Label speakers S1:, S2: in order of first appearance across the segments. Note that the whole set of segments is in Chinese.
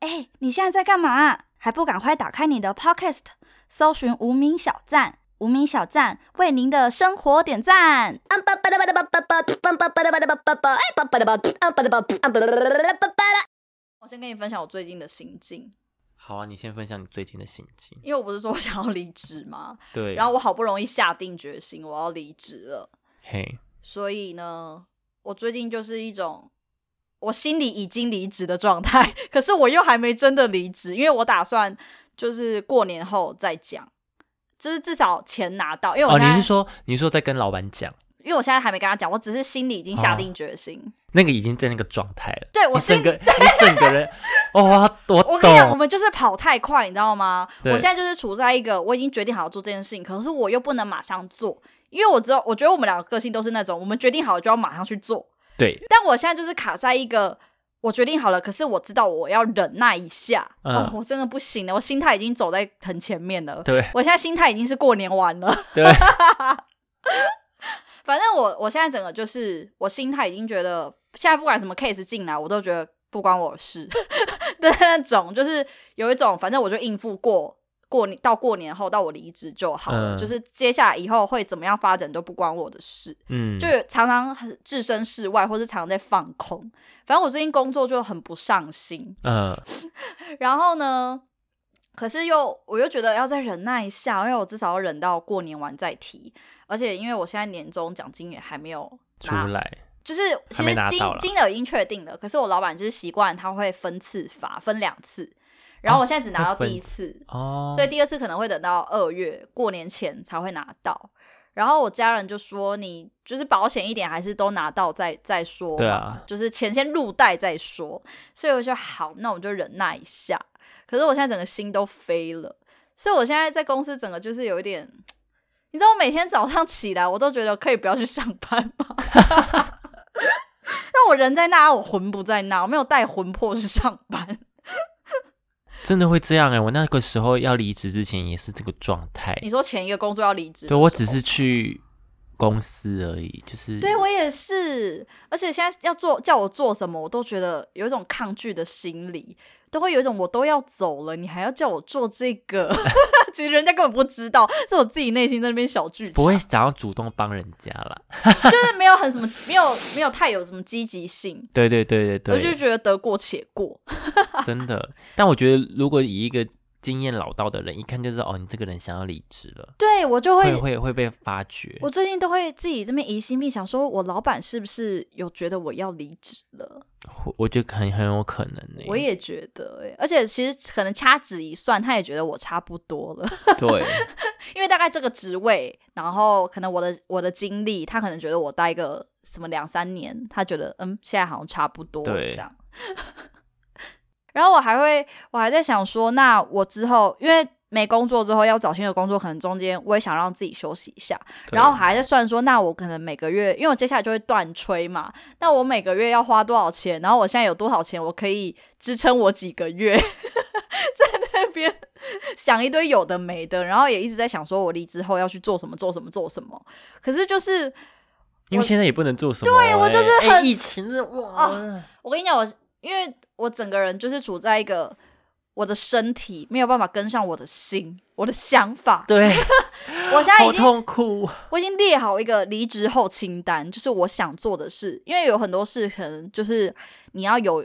S1: 哎，你现在在干嘛？啊还不赶快打开你的 Podcast，搜寻无名小站，无名小站为您的生活点赞。我先跟你分享我最近的心境，
S2: 好啊，你先分享你最近的心境。
S1: 因为我不是说我想要离职吗？
S2: 对，啊
S1: 然后我好不容易下定决心我要离职了，
S2: 嘿，
S1: 所以呢，我最近就是一种我心里已经离职的状态， 可是我又还没真的离职，因为我打算就是过年后再讲，就是至少钱拿到，因为我
S2: 哦，
S1: 现
S2: 你
S1: 在、
S2: 是说你是说在跟老板讲
S1: 因为我现在还没跟他讲，我只是心里已经
S2: 哦
S1: 下定决心。
S2: 那个已经在那个状态了，
S1: 对我
S2: 你整
S1: 心
S2: 个你整个人，哦，我我
S1: 我跟你讲，我
S2: 懂，
S1: 们就是跑太快，你知道吗？我
S2: 对
S1: 现在就是处在一个我已经决定好要做这件事情，可是我又不能马上做，因为我知道，我觉得我们两个个性都是那种，我们决定好就要马上去做，
S2: 对，
S1: 但我现在就是卡在一个，我决定好了，可是我知道我要忍耐一下。
S2: 嗯
S1: 哦，我真的不行了，我心态已经走在很前面了。
S2: 对
S1: 我现在心态已经是过年完了。
S2: 对，
S1: 反正我我现在整个就是我心态已经觉得，现在不管什么 case 进来，我都觉得不关我的事 的那种，就是有一种反正我就应付过。过年到过年后到我离职就好了，
S2: 嗯
S1: 就是接下来以后会怎么样发展都不关我的事。
S2: 嗯，
S1: 就有常常很置身事外，或是常常在放空。反正我最近工作就很不上心，
S2: 嗯，
S1: 然后呢，可是又我又觉得要再忍耐一下，因为我至少要忍到过年完再提。而且因为我现在年终奖金也还没有
S2: 出
S1: 拿，
S2: 来，
S1: 就是其实
S2: 还没拿
S1: 金
S2: 到啦
S1: 金额已经确定了，可是我老板就是习惯他会分次发，分两次，然后我现在只拿
S2: 会
S1: 到
S2: 分
S1: 第一次，
S2: 哦
S1: 所以，第二次可能会等到二月过年前才会拿到。然后我家人就说：“你就是保险一点，还是都拿到再再说嘛。
S2: 对啊
S1: 就是钱先入袋再说。”所以我就好，那我就忍耐一下。可是我现在整个心都飞了，所以我现在在公司整个就是有一点，你知道，我每天早上起来，我都觉得可以不要去上班吗？ 那我人在那，我魂不在那，我没有带魂魄去上班。
S2: 真的会这样哎、我那个时候要离职之前也是这个状态，
S1: 你说前一个工作要离职的时
S2: 对
S1: 候，
S2: 我只是去公司而已，就是
S1: 对我也是，而且现在要做叫我做什么，我都觉得有一种抗拒的心理，都会有一种我都要走了，你还要叫我做这个， 其实人家根本不知道，是我自己内心在那边小剧场，
S2: 不会想要主动帮人家啦。
S1: 就是没有很什么，没有没有太有什么积极性，
S2: 对对对对
S1: 我
S2: 对，
S1: 就觉得得过且过，
S2: 真的。但我觉得，如果以一个经验老道的人，一看就知道哦，你这个人想要离职了，
S1: 对我就会
S2: 会会会被发觉。
S1: 我最近都会自己这边疑心病，想说我老板是不是有觉得我要离职了？
S2: 我我觉得很很有可能欸呢、
S1: 我也觉得、欸，而且其实可能掐指一算，他也觉得我差不多了。
S2: 对，
S1: 因为大概这个职位，然后可能我的我的经历，他可能觉得我待个什么两三年，他觉得嗯，现在好像差不多
S2: 对
S1: 这样。 然后我还会，我还在想说，那我之后因为没工作之后要找新的工作，可能中间我也想让自己休息一下。
S2: 对
S1: 然后我还在算说，那我可能每个月，因为我接下来就会断吹嘛，那我每个月要花多少钱？然后我现在有多少钱，我可以支撑我几个月？ 在那边想一堆有的没的，然后也一直在想说，我离职后要去做什么，做什么，做什么。可是就是
S2: 因为现在也不能做什么、对
S1: 我就是
S2: 哎
S1: 很哦
S2: 疫情这哇、
S1: 我跟你讲，我因为我整个人就是处在一个我的身体没有办法跟上我的心，我的想法。
S2: 对，
S1: 我现在已
S2: 好
S1: 经
S2: 痛苦。
S1: 我已经列好一个离职后清单，就是我想做的事，因为有很多事可能就是你要有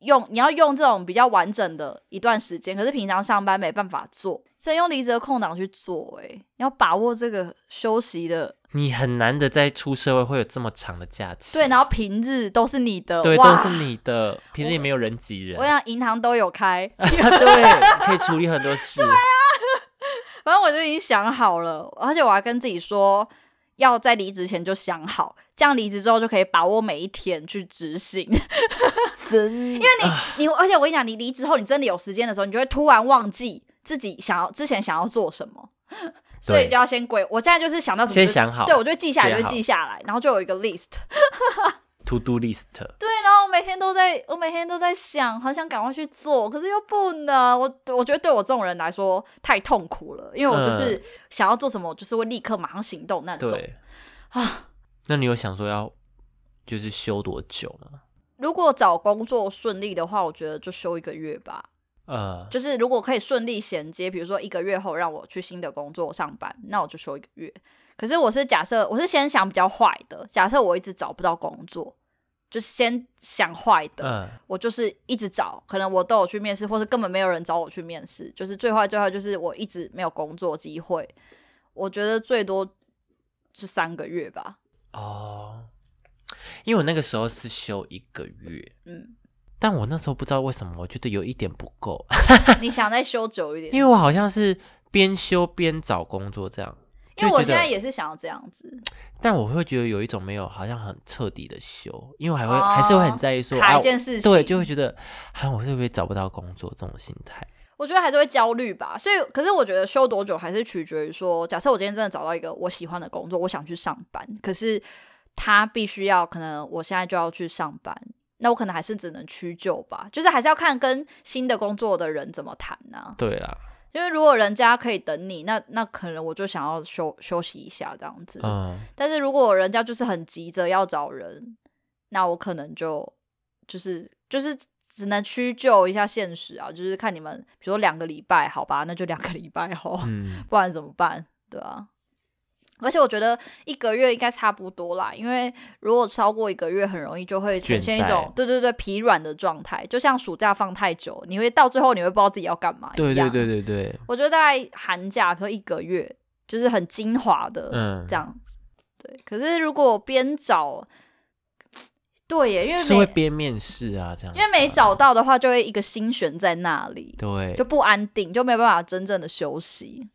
S1: 用，你要用这种比较完整的一段时间，可是平常上班没办法做，只能用离职的空档去做、欸。哎，你要把握这个休息的，
S2: 你很难得在出社会会有这么长的假期，
S1: 对，然后平日都是你的，
S2: 对，
S1: 哇
S2: 都是。你的，平时也没有人挤人
S1: 我，想银行都有开，
S2: 对，可以处理很多事，
S1: 啊反正我就已经想好了，而且我还跟自己说，要在离职前就想好，这样离职之后就可以把握每一天去执行。
S2: 真因为你、啊
S1: 你而且我跟你讲，你离职后，你真的有时间的时候，你就会突然忘记自己想要之前想要做什么，所以就要先规。我现在就是想到什么
S2: 先
S1: 就
S2: 想好
S1: 对我就记下来，
S2: 对
S1: 就
S2: 好
S1: 记下来，然后就有一个 list。
S2: to do list，
S1: 对，然后我每天都在，我每天都在想，好想赶快去做，可是又不能。我我觉得对我这种人来说太痛苦了，因为
S2: 嗯
S1: 我就是想要做什么，我就是会立刻马上行动那种。
S2: 对啊，那你有想说要就是休多久吗？
S1: 如果找工作顺利的话，我觉得就休一个月吧。
S2: 呃，
S1: 就是如果可以顺利衔接，比如说一个月后让我去新的工作上班，那我就休一个月。可是我是假设，我是先想比较坏的，假设我一直找不到工作，就是先想坏的，
S2: 嗯、
S1: 我就是一直找，可能我都有去面试，或是根本没有人找我去面试，就是最坏最坏就是我一直没有工作机会。我觉得最多是三个月 吧，
S2: 哦，因为我那个时候是休一个月，
S1: 嗯，
S2: 但我那时候不知道为什么，我觉得有一点不够，
S1: 你想再休久一点，
S2: 因为我好像是边休边找工作这样。
S1: 因为我
S2: 就觉
S1: 现
S2: 得
S1: 在也是想要这样子，
S2: 但我会觉得有一种没有，好像很彻底的休，因为我还会、
S1: 哦
S2: 还是会很在意说，
S1: 卡
S2: 啊，
S1: 一件事情，
S2: 对，就会觉得，啊，我会不会找不到工作这种心态？
S1: 我觉得还是会焦虑吧。所以，可是我觉得休多久还是取决于说，假设我今天真的找到一个我喜欢的工作，我想去上班，可是他必须要可能我现在就要去上班，那我可能还是只能屈就吧。就是还是要看跟新的工作的人怎么谈呢、
S2: 对啦，
S1: 因为如果人家可以等你，那那可能我就想要休休息一下这样子。
S2: 嗯，
S1: 但是如果人家就是很急着要找人，那我可能就就是就是只能屈就一下现实啊，就是看你们，比如说两个礼拜，好吧，那就两个礼拜后，
S2: 嗯，
S1: 不然怎么办？对啊。而且我觉得一个月应该差不多啦，因为如果超过一个月，很容易就会呈现一
S2: 倦
S1: 种
S2: 怠
S1: 对对对疲软的状态，就像暑假放太久，你会到最后你会不知道自己要干嘛一
S2: 对对
S1: 样
S2: 对对对，
S1: 我觉得大概寒假，比如说一个月，就是很精华的，
S2: 嗯
S1: 这，样子。对，可是如果边找，对耶，因为
S2: 是
S1: 没
S2: 会边面试啊，这样子啊、
S1: 因为没找到的话，就会一个心悬在那里，
S2: 对
S1: 就，不安定，就没有办法真正的休息。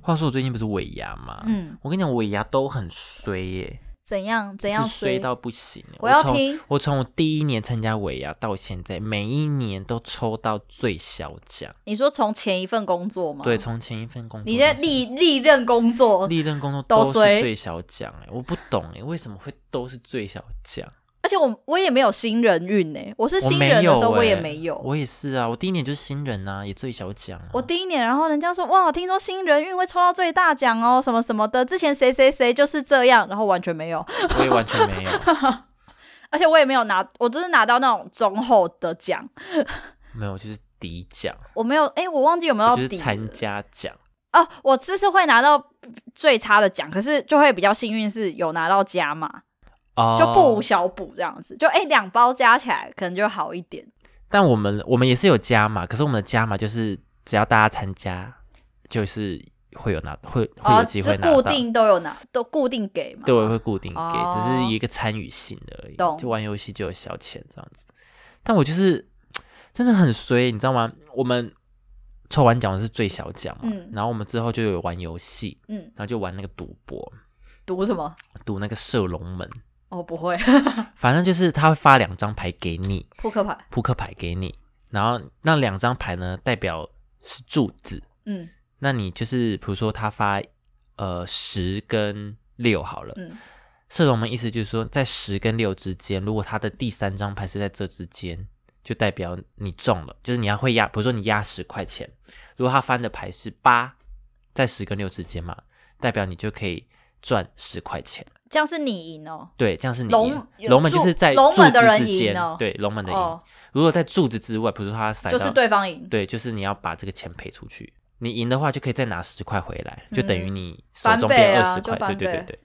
S2: 话说我最近不是尾牙嘛，
S1: 嗯，
S2: 我跟你讲，尾牙都很衰耶、
S1: 怎样怎
S2: 是
S1: 样
S2: 衰
S1: 衰？
S2: 到不行。
S1: 我要
S2: 从
S1: 听
S2: 我从我第一年参加尾牙到现在，每一年都抽到最小奖。
S1: 你说从前一份工作吗？
S2: 对，，从前一份工作，
S1: 你现在历历任工作，
S2: 历任工作
S1: 都
S2: 是
S1: 衰
S2: 最小奖哎、我不懂哎、为什么会都是最小奖？
S1: 而且我我也没有新人运呢，我是
S2: 我
S1: 新
S2: 没
S1: 人的
S2: 有
S1: 时候我也
S2: 欸
S1: 没有。
S2: 我也是啊，我第一年就是新人啊，也最小奖、啊。
S1: 我第一年，然后人家说哇，听说新人运会抽到最大奖哦，什么什么的。之前谁谁谁就是这样，然后完全没有，
S2: 我也完全 没有，
S1: 而且我也没有拿，我只是拿到那种中后的奖，
S2: 没有就是底奖，
S1: 我没有，诶，我忘记有没有到
S2: 我就是
S1: 底
S2: 参
S1: 了
S2: 加奖。
S1: 哦，我就是会拿到最差的奖，可是就会比较幸运是有拿到加码，
S2: 哦，
S1: 就不无小补这样子，就诶，两包加起来可能就好一点。
S2: 但我们我们也是有加码，可是我们的加码就是只要大家参加，就是会有拿会会有
S1: 哦，
S2: 机
S1: 是
S2: 会拿到，
S1: 固定都有拿，都固定给嘛。
S2: 对，会固定给，
S1: 哦
S2: 只是一个参与性的而已。
S1: 懂
S2: 就玩游戏就有小钱这样子。但我就是真的很衰，你知道吗？我们抽完奖是最小奖嘛，
S1: 嗯
S2: 然后我们之后就有玩游戏，
S1: 嗯，
S2: 然后就玩那个赌博，
S1: 读什么？
S2: 赌那个射龙门，
S1: 哦，不会，
S2: 反正就是他会发两张牌给你，
S1: 扑克牌。
S2: 扑克牌给你，然后那两张牌呢代表是柱子，
S1: 嗯
S2: 那你就是比如说他发呃十跟六好了，
S1: 嗯，
S2: 射龙门意思就是说在十跟六之间，如果他的第三张牌是在这之间，就代表你中了，就是你要会压，比如说你压十块钱，如果他翻的牌是八，在十跟六之间嘛，代表你就可以赚十块钱。
S1: 这样是你赢哦。
S2: 对，这样是你
S1: 龙
S2: 赢
S1: 有
S2: 龙门就
S1: 柱
S2: 是在
S1: 龙
S2: 柱
S1: 门的
S2: 子
S1: 人
S2: 之间，
S1: 赢哦
S2: 对，龙门的赢。
S1: 哦，
S2: 如果在柱子之外，比如说他塞到
S1: 就是对方赢，
S2: 对，就是你要把这个钱赔出去。你赢的话，就可以再拿十块回来，就等于
S1: 嗯
S2: 你手
S1: 翻
S2: 中
S1: 倍
S2: 变
S1: 啊
S2: 二十
S1: 就
S2: 块。对
S1: 翻
S2: 对对
S1: 倍
S2: 对，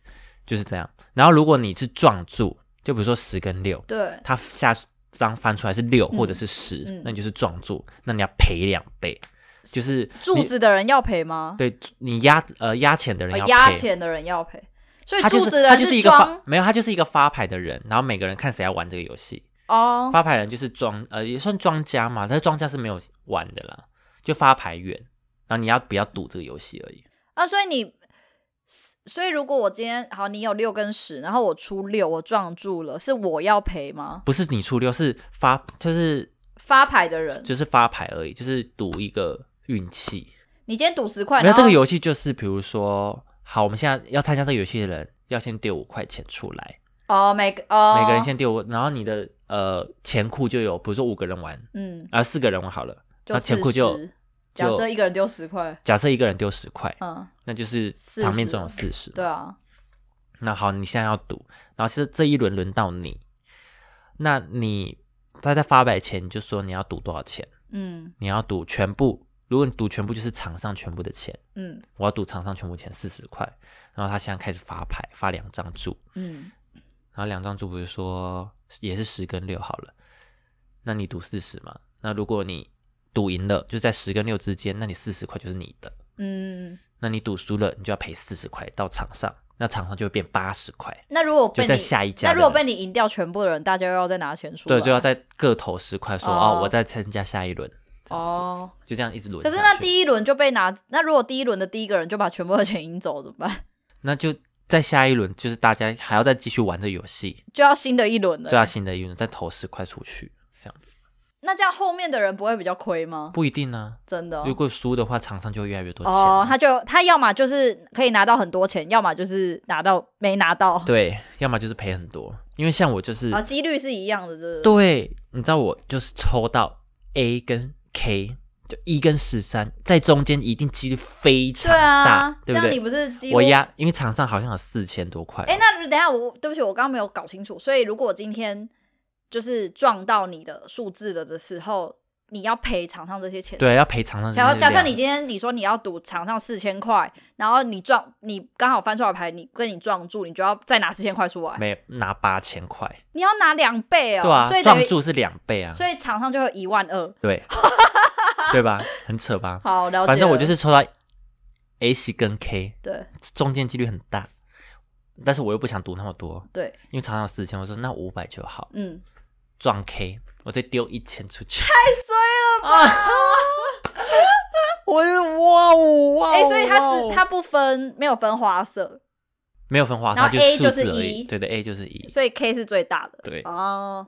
S2: 就是这样。然后如果你是撞柱，就比如说十跟六，
S1: 对，
S2: 它下张翻出来是六或者
S1: 嗯
S2: 是十、
S1: 嗯
S2: 那你就是撞柱，那你要赔两倍，就是
S1: 柱
S2: 你
S1: 子的人要赔吗？
S2: 对你压呃压钱的人
S1: 呃
S2: 要
S1: 压
S2: 赔。
S1: 钱的人要赔，所以
S2: 他就
S1: 柱
S2: 是
S1: 子的
S2: 他
S1: 人
S2: 就是一个发
S1: 装
S2: 没有他就是一个发牌的人，然后每个人看谁要玩这个游戏。
S1: 哦，
S2: 发牌人就是庄呃也算庄家嘛，但是庄家是没有玩的啦，就发牌员，然后你要不要赌这个游戏而已。
S1: 啊，所以你，所以如果我今天好，你有六跟十，然后我出六，我撞住了，是我要赔吗？
S2: 不是你出六，是发就是
S1: 发牌的人，
S2: 就是发牌而已，就是赌一个运气。
S1: 你今天赌十块，
S2: 没有
S1: 然后
S2: 这个游戏就是比如说，好，我们现在要参加这个游戏的人要先丢五块钱出来，
S1: 哦，每个哦，
S2: 每个人先丢五，然后你的呃钱库就有，比如说五个人玩，
S1: 嗯，
S2: 啊、四个人玩好了，
S1: 就
S2: 那钱库就
S1: 40假设一个人丢十块，
S2: 假设一个人丢十块，
S1: 嗯，
S2: 那就是场面总有四十。
S1: 对啊，
S2: 那好，你现在要赌，然后是这一轮轮到你，那你他在发牌前你就说你要赌多少钱，
S1: 嗯
S2: 你要赌全部，如果你赌全部就是场上全部的钱，
S1: 嗯
S2: 我要赌场上全部钱四十块，然后他现在开始发牌，发两张注，
S1: 嗯
S2: 然后两张注不是说也是十跟六好了，那你赌四十嘛，那如果你赌赢了就在十跟六之间，那你四十块就是你的，
S1: 嗯。
S2: 那你赌输了你就要赔四十块到场上，那场上就会变八十块。
S1: 那如果被
S2: 就在
S1: 你
S2: 下一家
S1: 那
S2: 的人
S1: 如果被你赢掉全部的人，大家又要再拿钱出来。
S2: 对，就要再各投十块，说
S1: 啊哦
S2: 哦我再参加下一轮，
S1: 哦。
S2: 就这样一直轮
S1: 可
S2: 下
S1: 是
S2: 去。
S1: 那第一轮就被拿，那如果第一轮的第一个人就把全部的钱赢走怎么办？
S2: 那就再下一轮，就是大家还要再继续玩这游戏，
S1: 就要新的一轮了。
S2: 就要新的一轮再投十块出去，这样子
S1: 那这样后面的人不会比较亏吗？
S2: 不一定呢、
S1: 真的
S2: 如果输的话，场上就会越来越多钱。
S1: 哦，他就他要么就是可以拿到很多钱，要么就是拿到没拿到，
S2: 对，要么就是赔很多，因为像我就是、
S1: 啊，几率是一样的，就是
S2: 对，你知道我就是抽到 A 跟 K，就一跟十三，在中间一定几率非常
S1: 对
S2: 大，
S1: 啊，
S2: 对
S1: 这样你不
S2: 不
S1: 是几
S2: 对？
S1: 乎
S2: 我压，因为场上好像有四千多块，
S1: 哎、那等一下我对不起，我刚刚没有搞清楚，所以如果我今天就是撞到你的数字了的时候，你要赔场上这些钱。
S2: 对，要赔场上。
S1: 假如假设你今天你说你要赌场上四千块，然后你撞你刚好翻出来牌，你跟你撞住，你就要再拿四千块出来，
S2: 没拿八千块，
S1: 你要拿两倍哦，
S2: 对啊
S1: 所，以等
S2: 撞
S1: 于
S2: 柱是两倍啊，
S1: 所以场上就有一万二。
S2: 对，对吧？很扯吧？
S1: 好，了解了。
S2: 反正我就是抽到 H 跟 K，
S1: 对
S2: 中间几率很大，但是我又不想赌那么多，
S1: 对，
S2: 因为常常四千，我说那五百就好，
S1: 嗯，
S2: 撞 K，我再丢一千出去， 我是哇哦哇哦，
S1: 哎、所以
S2: 哇
S1: 它
S2: 哦
S1: 只它不分没有分花色，
S2: 没有分花
S1: 然
S2: 它
S1: 后 A
S2: 数
S1: 就是
S2: 字而
S1: 一
S2: 已，对对，A 就是一，
S1: 所以 K 是最大的。
S2: 对
S1: 哦，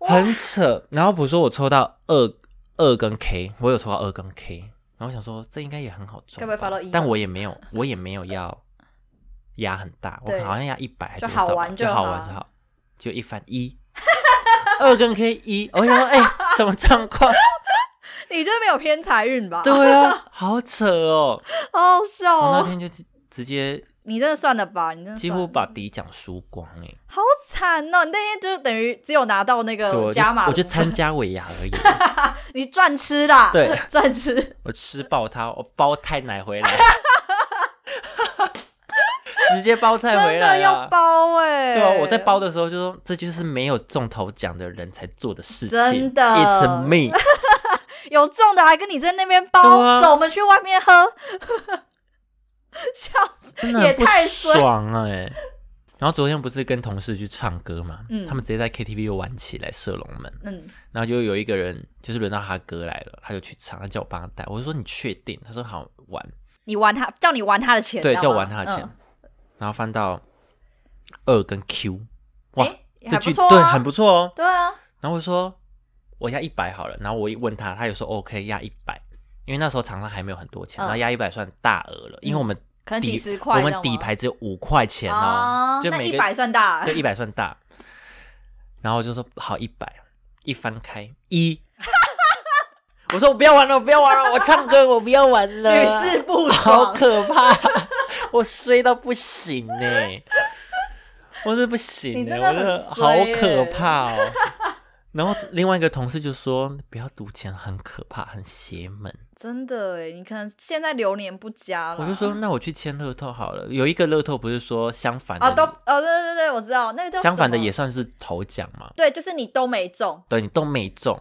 S2: 很扯。然后比如说我抽到二二跟 K，我有抽到二跟 K，然后我想说这应该也很好中吧，
S1: 该不会发到一啊
S2: 但我也没有，我也没有要 压很大，我
S1: 对
S2: 好像压一百还
S1: 就
S2: 多少
S1: 好
S2: 吧，
S1: 玩就
S2: 就
S1: 好
S2: 好
S1: 啊
S2: 玩就好，就一翻一， 二跟 K 一，我想说哎、什么状况？
S1: 你就是没有偏财运吧？
S2: 对啊，好扯哦！
S1: 好好笑
S2: 我那
S1: 哦！
S2: 天就直直接
S1: 你真的算了吧，你真的
S2: 几
S1: 算
S2: 乎
S1: 了
S2: 把底奖输光哎、
S1: 好惨哦！你那天就是等于只有拿到那
S2: 对，我
S1: 个
S2: 就
S1: 呃加码的
S2: 我
S1: 部分，
S2: 就参加尾牙而已，
S1: 你赚吃啦，
S2: 对，
S1: 赚吃。
S2: 我吃爆它，我包太奶回来， 直接包菜回
S1: 真的
S2: 来
S1: 要
S2: 啊！
S1: 包哎、
S2: 对啊，我在包的时候就说，这就是没有中头奖的人才做的事情。
S1: 真的
S2: ，It's me。
S1: 有中的还跟你在那边包，
S2: 对啊
S1: 走，我们去外面喝，笑死！
S2: 真的
S1: 也
S2: 很不
S1: 太衰
S2: 爽哎、然后昨天不是跟同事去唱歌嘛，
S1: 嗯
S2: 他们直接在 KTV 又玩起来射龙门，
S1: 嗯，
S2: 然后就有一个人就是轮到他哥来了，他就去唱，他叫我帮他带，我就说你确定？他说好玩，
S1: 你玩他，叫你玩他的钱，
S2: 对，
S1: 知道
S2: 叫我
S1: 吗
S2: 玩他的钱，
S1: 嗯
S2: 然后翻到二跟 Q，哇，
S1: 诶
S2: 这
S1: 还不
S2: 句、
S1: 错、啊，
S2: 对很不错哦，
S1: 对啊，
S2: 然后我就说我压一百好了，然后我一问他，他也说 OK 压一百，因为那时候场上还没有很多钱，
S1: 嗯
S2: 然后压一百算大额了，因为我们
S1: 可能
S2: 底
S1: 几十块
S2: 我们
S1: 这样吗
S2: 底牌只有五块钱哦
S1: 啊，，
S2: 就
S1: 那
S2: 每
S1: 一
S2: 个
S1: 百算大，
S2: 对一百算大，然后我就说好一百，一翻开一。 我说我不要玩了，我不要玩了，我唱歌我不要玩了，
S1: 屡试不
S2: 好
S1: 爽。
S2: 可怕， 我衰到不行呢、我是不行、欸，
S1: 你真的
S2: 我
S1: 很
S2: 真
S1: 衰
S2: 好
S1: 欸
S2: 可怕哦。 然后另外一个同事就说：“不要赌钱，很可怕，很邪门。
S1: 真的哎，你可能现在流年不佳了。哦
S2: 我就说：“那我去签乐透好了。”有一个乐透不是说相反的，
S1: 啊，都哦，对对对，我知道那个叫
S2: 相反的
S1: 什么
S2: 也算是头奖嘛？
S1: 对，就是你都没中，
S2: 对你都没中，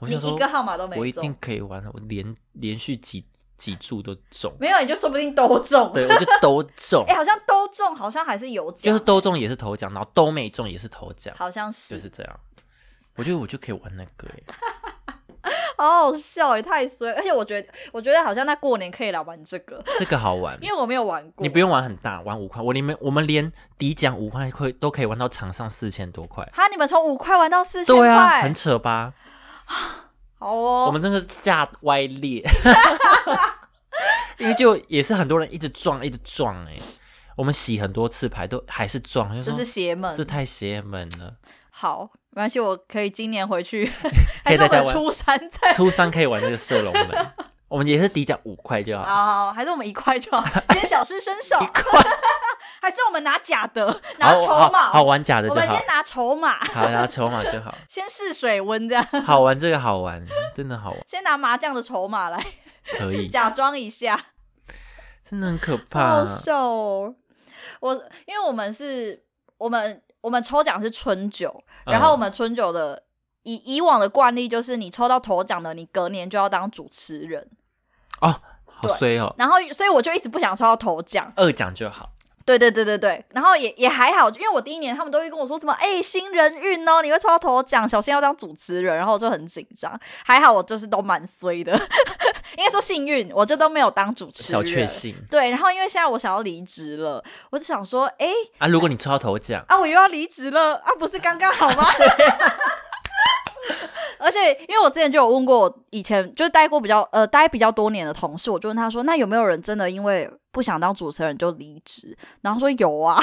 S2: 我
S1: 你
S2: 就说
S1: 一个号码都没中，
S2: 我一定可以玩的，我连连续几几注都中，
S1: 没有，你就说不定都中。
S2: 对我就都中
S1: 哎、，好像都中，好像还是有奖，
S2: 就是都中也是头奖，然后都没中也是头奖，
S1: 好像是，
S2: 就是这样。我觉得我就可以玩那个耶，
S1: 好好笑也太衰。而且我觉得，我觉得好像那过年可以来玩这个，
S2: 这个好玩。
S1: 因为我没有玩过。
S2: 嗯你不用玩很大，玩五块，我你们我们连底奖五块块都可以玩到场上四千多块，
S1: 哈，你们从五块玩到四千
S2: 对啊，
S1: 块
S2: 很，扯吧？
S1: 好哦。
S2: 我们真的吓歪 裂，因为就也是很多人一直撞，一直撞哎、我们洗很多次牌都还是撞，就
S1: 就
S2: 说
S1: 是邪门
S2: 这，太邪门了。
S1: 好，没关系，我可以今年回去，
S2: 可
S1: 还
S2: 以
S1: 是我
S2: 在家
S1: 们
S2: 玩
S1: 初三 再
S2: 初三可以玩这个射龙 门，我们也是底奖五块就好，
S1: 啊、还是我们一块就好，今天小试身手，
S2: 一块
S1: 还是我们拿假的，拿
S2: 好
S1: 筹
S2: 好
S1: 码？
S2: 好玩假的
S1: 我
S2: 就
S1: 们
S2: 好
S1: 先，拿筹码，
S2: 好拿筹码就好，
S1: 先试水温，这样
S2: 好玩这个好玩，真的好玩，
S1: 先拿麻将的筹码来
S2: 可以，
S1: 假装一下。
S2: 真的很可
S1: 好
S2: 嗯怕。
S1: 瘦哦、我因为我们是，我们我们抽奖是春酒，
S2: 嗯
S1: 然后我们春酒的、以以往的惯例就是，你抽到头奖的，你隔年就要当主持人。
S2: 哦，好
S1: 对
S2: 衰哦，
S1: 然后，所以我就一直不想抽到头奖。
S2: 二奖就好，
S1: 对对对对对，然后也也还好，因为我第一年他们都会跟我说什么，哎、新人运哦，你会抽到头奖，小心要当主持人，然后我就很紧张。还好我就是都蛮衰的， 应该说幸运，我就都没有当主持人。
S2: 小确幸
S1: 对，然后因为现在我想要离职了，我就想说，哎、
S2: 啊！如果你抽到头奖，
S1: 啊，我又要离职了啊，不是刚刚好吗？ 而且，因为我之前就有问过，我以前就是待过比较呃待比较多年的同事，我就问他说，那有没有人真的因为不想当主持人就离职？然后说有啊，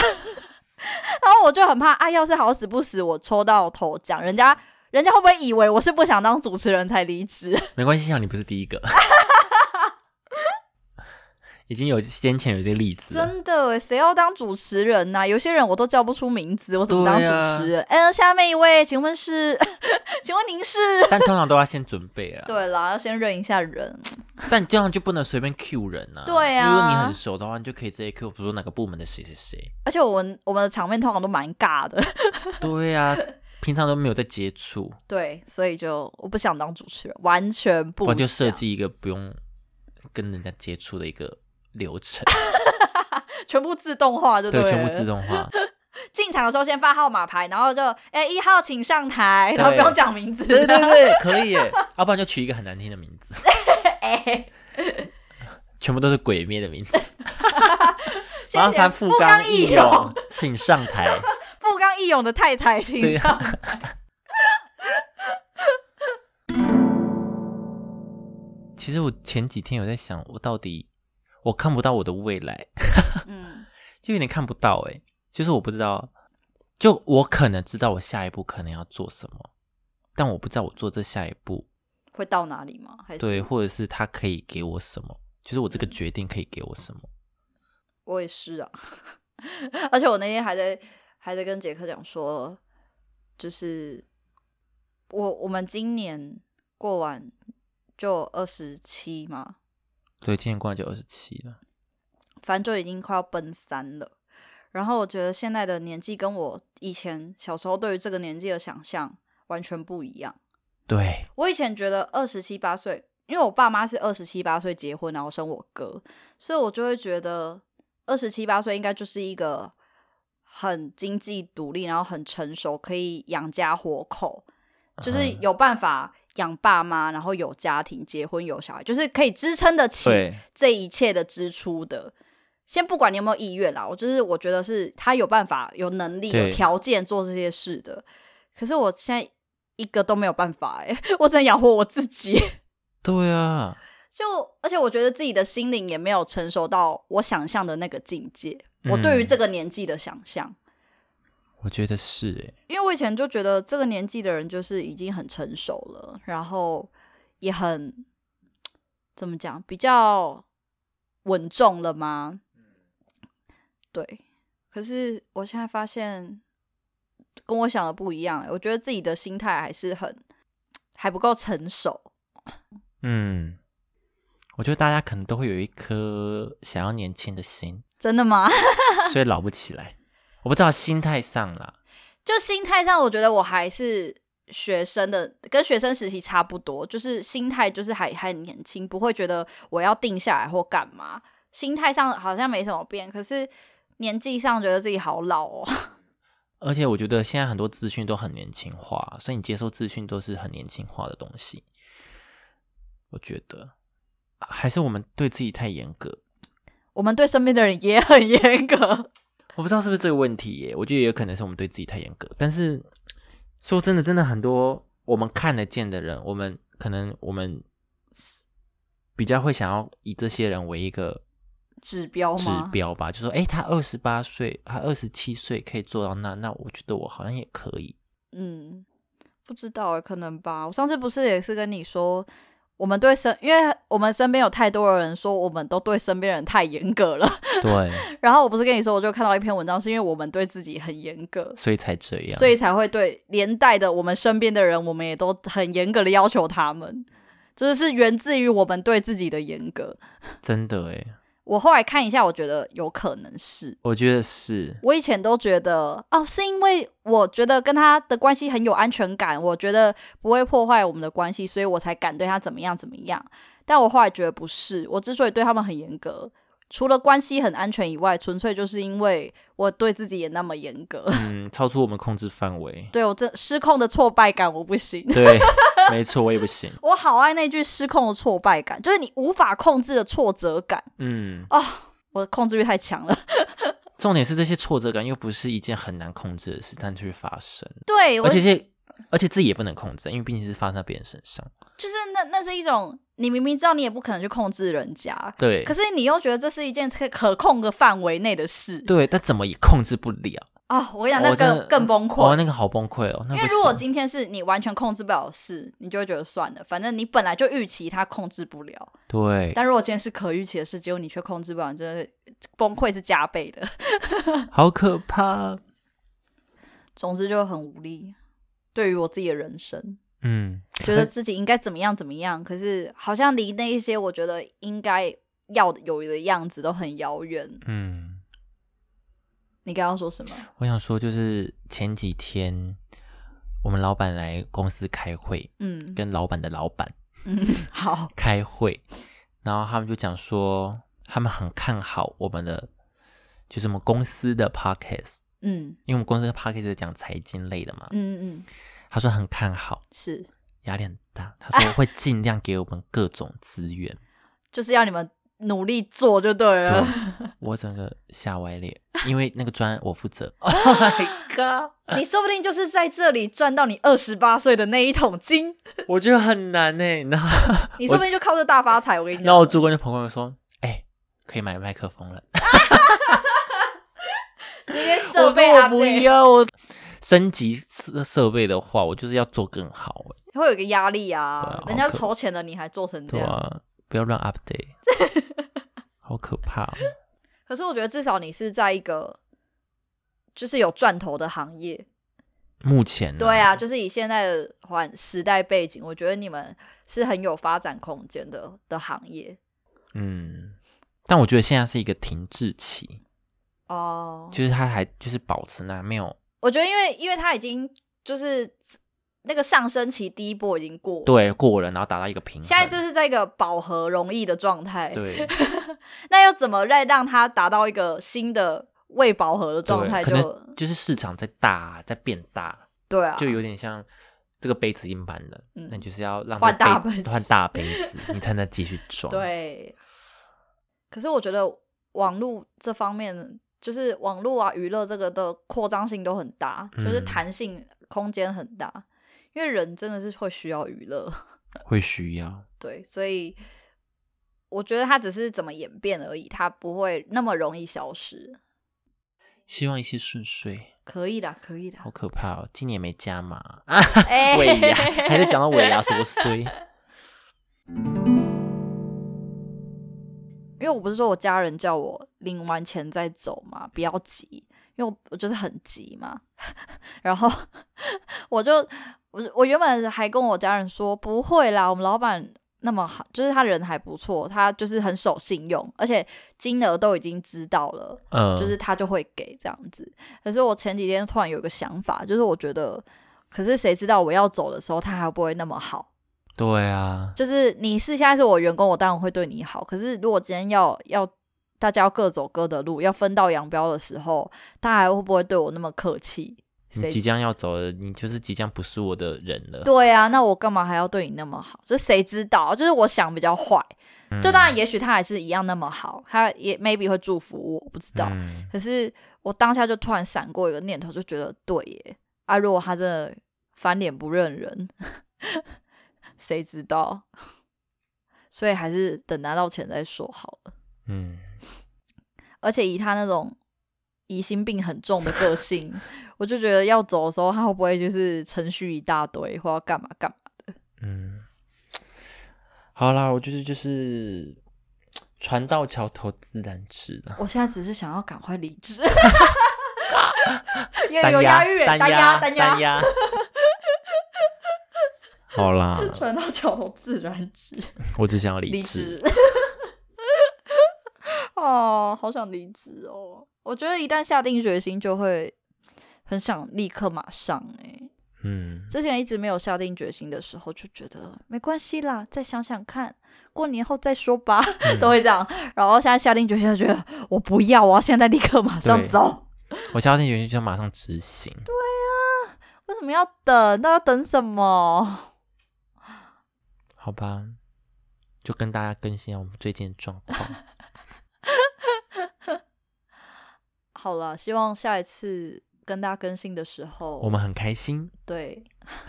S1: 然后我就很怕啊，要是好死不死我抽到头奖，人家人家会不会以为我是不想当主持人才离 职？
S2: 没关系，像你不是第 一个，已经有先前有这个例子了，
S1: 真的耶，谁要当主持人呐、有些人我都叫不出名字，我怎么当
S2: 对啊
S1: 主持人？嗯、下面一位，请问是， 请问您是？
S2: 但通常都要先准备啊。
S1: 对啦，要先认一下人。
S2: 但这样就不能随便 Q 人啊。
S1: 对啊
S2: 如果你很熟的话，你就可以直接 Q，比如说哪个部门的谁谁 谁。
S1: 而且我们我们的场面通常都蛮尬 的，
S2: 对啊，平常都没有在接触，
S1: 对，所以就我不想当主持人，完全不
S2: 不
S1: 想。
S2: 然就设计一个不用跟人家接触的一个流 程，
S1: 全部自动化就
S2: 对，
S1: 了
S2: 全部自。动化。
S1: 进场的时候先发号码牌，然后就哎一、号请上台，然后不
S2: 对
S1: 用讲名字。
S2: 对对对，可以 耶，要啊不然就取一个很难听的名字，
S1: 哎，
S2: 全部都是鬼灭的名 字。
S1: 谢
S2: 麻
S1: 谢
S2: 烦
S1: 富
S2: 富冈
S1: 义
S2: 义勇，请上台。
S1: 富冈义勇的太太请
S2: 对
S1: 上。
S2: 其实我前几天有在想，我到底我看不到我的未来，
S1: 嗯
S2: 就有点看不到哎、就是我不知道，就我可能知道我下一步可能要做什么，但我不知道我做这下一步
S1: 会到哪里吗？还是
S2: 对，或者是他可以给我什么，就是我这个决定可以给我什么。
S1: 我也是啊， 而且我那天还在还在跟杰克讲说，就是我我们今年过完就二十七嘛，
S2: 对，今年过完就二十七了，
S1: 反正就已经快要奔三了。然后我觉得现在的年纪跟我以前小时候对于这个年纪的想象完全不一样。
S2: 对，
S1: 我以前觉得二十七八岁，因为我爸妈是二十七八岁结婚，然后生我哥，所以我就会觉得二十七八岁应该就是一个很经济独立，然后很成熟，可以养家活口，就是有办法养爸妈，然后有家庭、结婚、有小孩，就是可以支撑得起
S2: 对，
S1: 这一切的支出的。先不管你有没有意愿啦，我就是我觉得是他有办法、有能力、
S2: 对
S1: 有条件做这些事的。可是我现在一个都没有办法哎、 我只能养活我自己。
S2: 对啊，
S1: 就而且我觉得自己的心灵也没有成熟到我想象的那个境界。
S2: 嗯
S1: 我对于这个年纪的想象，
S2: 我觉得是哎、
S1: 因为我以前就觉得这个年纪的人就是已经很成熟了，然后也很怎么讲，比较稳重了吗？对。可是我现在发现跟我想的不一样欸，我觉得自己的心态还是很还不够成熟。
S2: 嗯，我觉得大家可能都会有一颗想要年轻的心，
S1: 真的吗？
S2: 所以老不起来。我不知道心态上啦，
S1: 就心态上，我觉得我还是学生的，跟学生时期差不多，就是心态就是还还很年轻，不会觉得我要定下来或干嘛。心态上好像没什么变，可是年纪上觉得自己好老哦。
S2: 而且我觉得现在很多资讯都很年轻化，所以你接受资讯都是很年轻化的东西。我觉得啊还是我们对自己太严格，
S1: 我们对身边的人也很严格，
S2: 我不知道是不是这个问题耶，我觉得也有可能是我们对自己太严格。但是说真的，真的很多我们看得见的人，我们可能我们比较会想要以这些人为一个
S1: 指标
S2: 指
S1: 吗？
S2: 标吧，就说诶，他二十八岁，他二十七岁可以做到那，那我觉得我好像也可以。
S1: 嗯，不知道欸，可能吧。我上次不是也是跟你说，我们对身，因为我们身边有太多的人说，我们都对身边人太严格了。
S2: 对，
S1: 然后我不是跟你说，我就看到一篇文章，是因为我们对自己很严格，
S2: 所以才这样。
S1: 所以才会对连带的我们身边的人，我们也都很严格的要求他们，就是是源自于我们对自己的严格。
S2: 真的哎，
S1: 我后来看一下，我觉得有可能是。
S2: 我觉得是
S1: 我以前都觉得哦，是因为我觉得跟他的关系很有安全感，我觉得不会破坏我们的关系，所以我才敢对他怎么样怎么样。但我后来觉得不是，我之所以对他们很严格，除了关系很安全以外，纯粹就是因为我对自己也那么严格。。
S2: 嗯，超出我们控制范围
S1: 对我这失控的挫败感，我不行。
S2: 对， 没错，我也不行。
S1: 我好爱那句失控的挫败感，就是你无法控制的挫折感。
S2: 嗯，
S1: 我的控制欲太强了，
S2: 重点是这些挫折感又不是一件很难控制的事，但却发生，
S1: 对我
S2: 而且是而且自己也不能控制，因为毕竟是发生在别人身上。
S1: 就是那那是一种你明明知道你也不可能去控制人家，
S2: 对，
S1: 可是你又觉得这是一件可可控的范围内的事
S2: 对，但怎么也控制不 了，
S1: 啊、我哦想那
S2: 我真
S1: 更、
S2: 的哦
S1: 更崩溃。
S2: 哇，那个好崩溃哦。那
S1: 因
S2: 不
S1: 为如果
S2: 行
S1: 今天是你完全控制不了的事，你就会觉得算了，反正你本来就预期它控制不了。
S2: 对，
S1: 但如果今天是可预期的事，结果你却控制不了，你真的崩溃是加倍的。
S2: 好可怕。
S1: 总之就很无力，对于我自己的人生，
S2: 嗯，
S1: 觉得自己应该怎么样怎么样，可是好像离那一些我觉得应该要有的样子都很遥远。
S2: 嗯，
S1: 你刚刚说什么？
S2: 我想说，就是前几天我们老板来公司开会，
S1: 嗯，
S2: 跟老板的老板
S1: 好，
S2: 开会，然后他们就讲说，他们很看好我们的，就是我们公司的 podcast，
S1: 嗯
S2: 因为我们公司的 podcast 是讲财经类的嘛，
S1: 嗯嗯，
S2: 他说很看好，
S1: 是。
S2: 压力很大，他说会尽量给我们各种资源，
S1: 就是要你们努力做就对了。
S2: 对我整个吓歪脸，因为那个专案我负责。Oh my god！
S1: 你说不定就是在这里赚到你二十八岁的那一桶金，
S2: 我觉得很难呢，然后
S1: 你说不定就靠这大发财。我跟你
S2: 然后我
S1: 讲，
S2: 主管就跑过来说：“哎、可以买麦克风了。
S1: 这些”
S2: 我
S1: 设备啊
S2: 说：“我不
S1: update
S2: 要，我升级设设备的话，我就是要做更好。哎
S1: 会有一个压力啊
S2: 对啊，
S1: 人家
S2: 好可
S1: 投钱了，你还做成这
S2: 对
S1: 样。
S2: 啊，不要乱 update，好可怕哦、
S1: 可是我觉得至少你是在一个就是有赚头的行业。
S2: 目前、呢
S1: 对，啊，就是以现在的环时代背景，我觉得你们是很有发展空间的的行业
S2: 嗯，但我觉得现在是一个停滞期，
S1: 哦。
S2: 就是它还就是保持那没有
S1: 我觉得因为因为它已经就是那个上升期第一波已经过了。
S2: 对过了，然后达到一个平衡。
S1: 现在就是在一个饱和容易的状态。
S2: 对
S1: 那要怎么再让它达到一个新的未饱和的状态
S2: 对，可
S1: 就？
S2: 能就是市场在大在变大。
S1: 对啊，
S2: 就有点像这个杯子硬搬了，
S1: 嗯
S2: 那你就是要让
S1: 换
S2: 这个
S1: 大杯子
S2: 换大杯子，你才能继续 装。，
S1: 对。可是我觉得网络这方面，就是网络啊、娱乐这个的扩张性都很大，
S2: 嗯
S1: 就是弹性空间很大，因为人真的是会需要娱乐，
S2: 会需要。
S1: 对，所以我觉得它只是怎么演变而已，它不会那么容易消失。
S2: 希望一切顺遂，
S1: 可以啦，可以啦
S2: 好， 可怕哦！今年没加码啊，
S1: 哎
S2: 尾 牙还在讲到尾牙多衰。
S1: 因为我不是说我家人叫我领完钱再走嘛，不要急，因为我我就是很急嘛。 然后我就我我原本还跟我家人说不会啦，我们老板那么好，就是他人还不错，他就是很守信用，而且金额都已经知道了，
S2: 嗯，
S1: 就是他就会给这样子。可是我前几天突然有一个想法，就是我觉得，可是谁知道我要走的时候他还会不会那么好？
S2: 对啊，
S1: 就是你是现在是我员工，我当然会对你好。可是如果今天要要大家要各走各的路，要分道扬镳的时候，他还会不会对我那么客气？
S2: 你
S1: 谁
S2: 即将要走了，你就是即将不是我的人了。
S1: 对啊？那我干嘛还要对你那么好？就谁知道？就是我想比较坏。
S2: 嗯
S1: 就当然，也许他还是一样那么好，他也 maybe 会祝福我，我不知道。
S2: 嗯
S1: 可是哦我当下就突然闪过一个念头，就觉得对耶啊，如果他真的翻脸不认人，谁知道？ 所以还是等拿到钱再说好了。
S2: 嗯，
S1: 而且以他那种疑心病很重的个性，我就觉得要走的时候，他会不会就是程序一大堆，或要干嘛干嘛？
S2: 嗯，好啦，我就是就是船到桥头自然直了。
S1: 我现在只是想要赶快离 职，因为
S2: 单
S1: 有押韵，
S2: 单
S1: 押，单
S2: 单押。 好啦，
S1: 传到桥头自然直，
S2: 我只想要离
S1: 离
S2: 职。
S1: 职。 哦，好想离职哦！我觉得一旦下定决心，就会很想立刻马上哎、
S2: 嗯，
S1: 之前一直没有下定决心的时候，就觉得没关系啦，再想想看，过年后再说吧，
S2: 嗯
S1: 都会这样。然后现在下定决心，就觉得我不要，我要现在立刻马上
S2: 对
S1: 走。
S2: 我下定决心就要马上执行。
S1: 为什么要等？那要等什么？
S2: 好吧，就跟大家更新一下我们最近的状况。
S1: 好了，希望下一次跟大家更新的时候，
S2: 我们很开心，
S1: 对，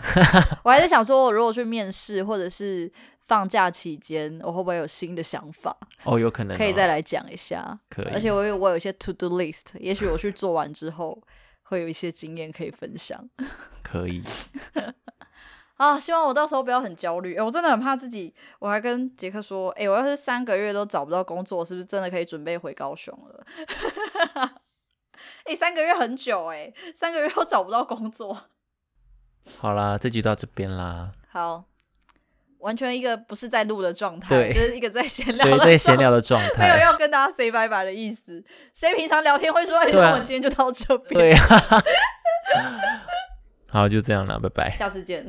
S1: 我还在想说，我如果去面试或者是放假期间，我会不会有新的想法，
S2: 哦，有可能、哦、
S1: 可以再来讲一下。
S2: 可以，
S1: 而且我有我有一些 to do list，也许我去做完之后会有一些经验可以分享
S2: 可以，
S1: 啊。希望我到时候不要很焦虑、诶我真的很怕自己。我还跟杰克说，哎、我要是三个月都找不到工作，是不是真的可以准备回高雄了？ 哎、三个月很久哎、三个月都找不到工作。
S2: 好啦，这集到这边啦。
S1: 好，完全一个不是在录的状态，
S2: 对
S1: 就是一个在闲聊
S2: 对，
S1: 的，
S2: 这个 闲聊的状
S1: 没有
S2: 态，
S1: 要跟大家 say bye bye 的意思。谁平常聊天会说，哎、
S2: 对啊
S1: 那我们今天就到这边，
S2: 对啊。好，就这样了，拜拜。
S1: 下次见。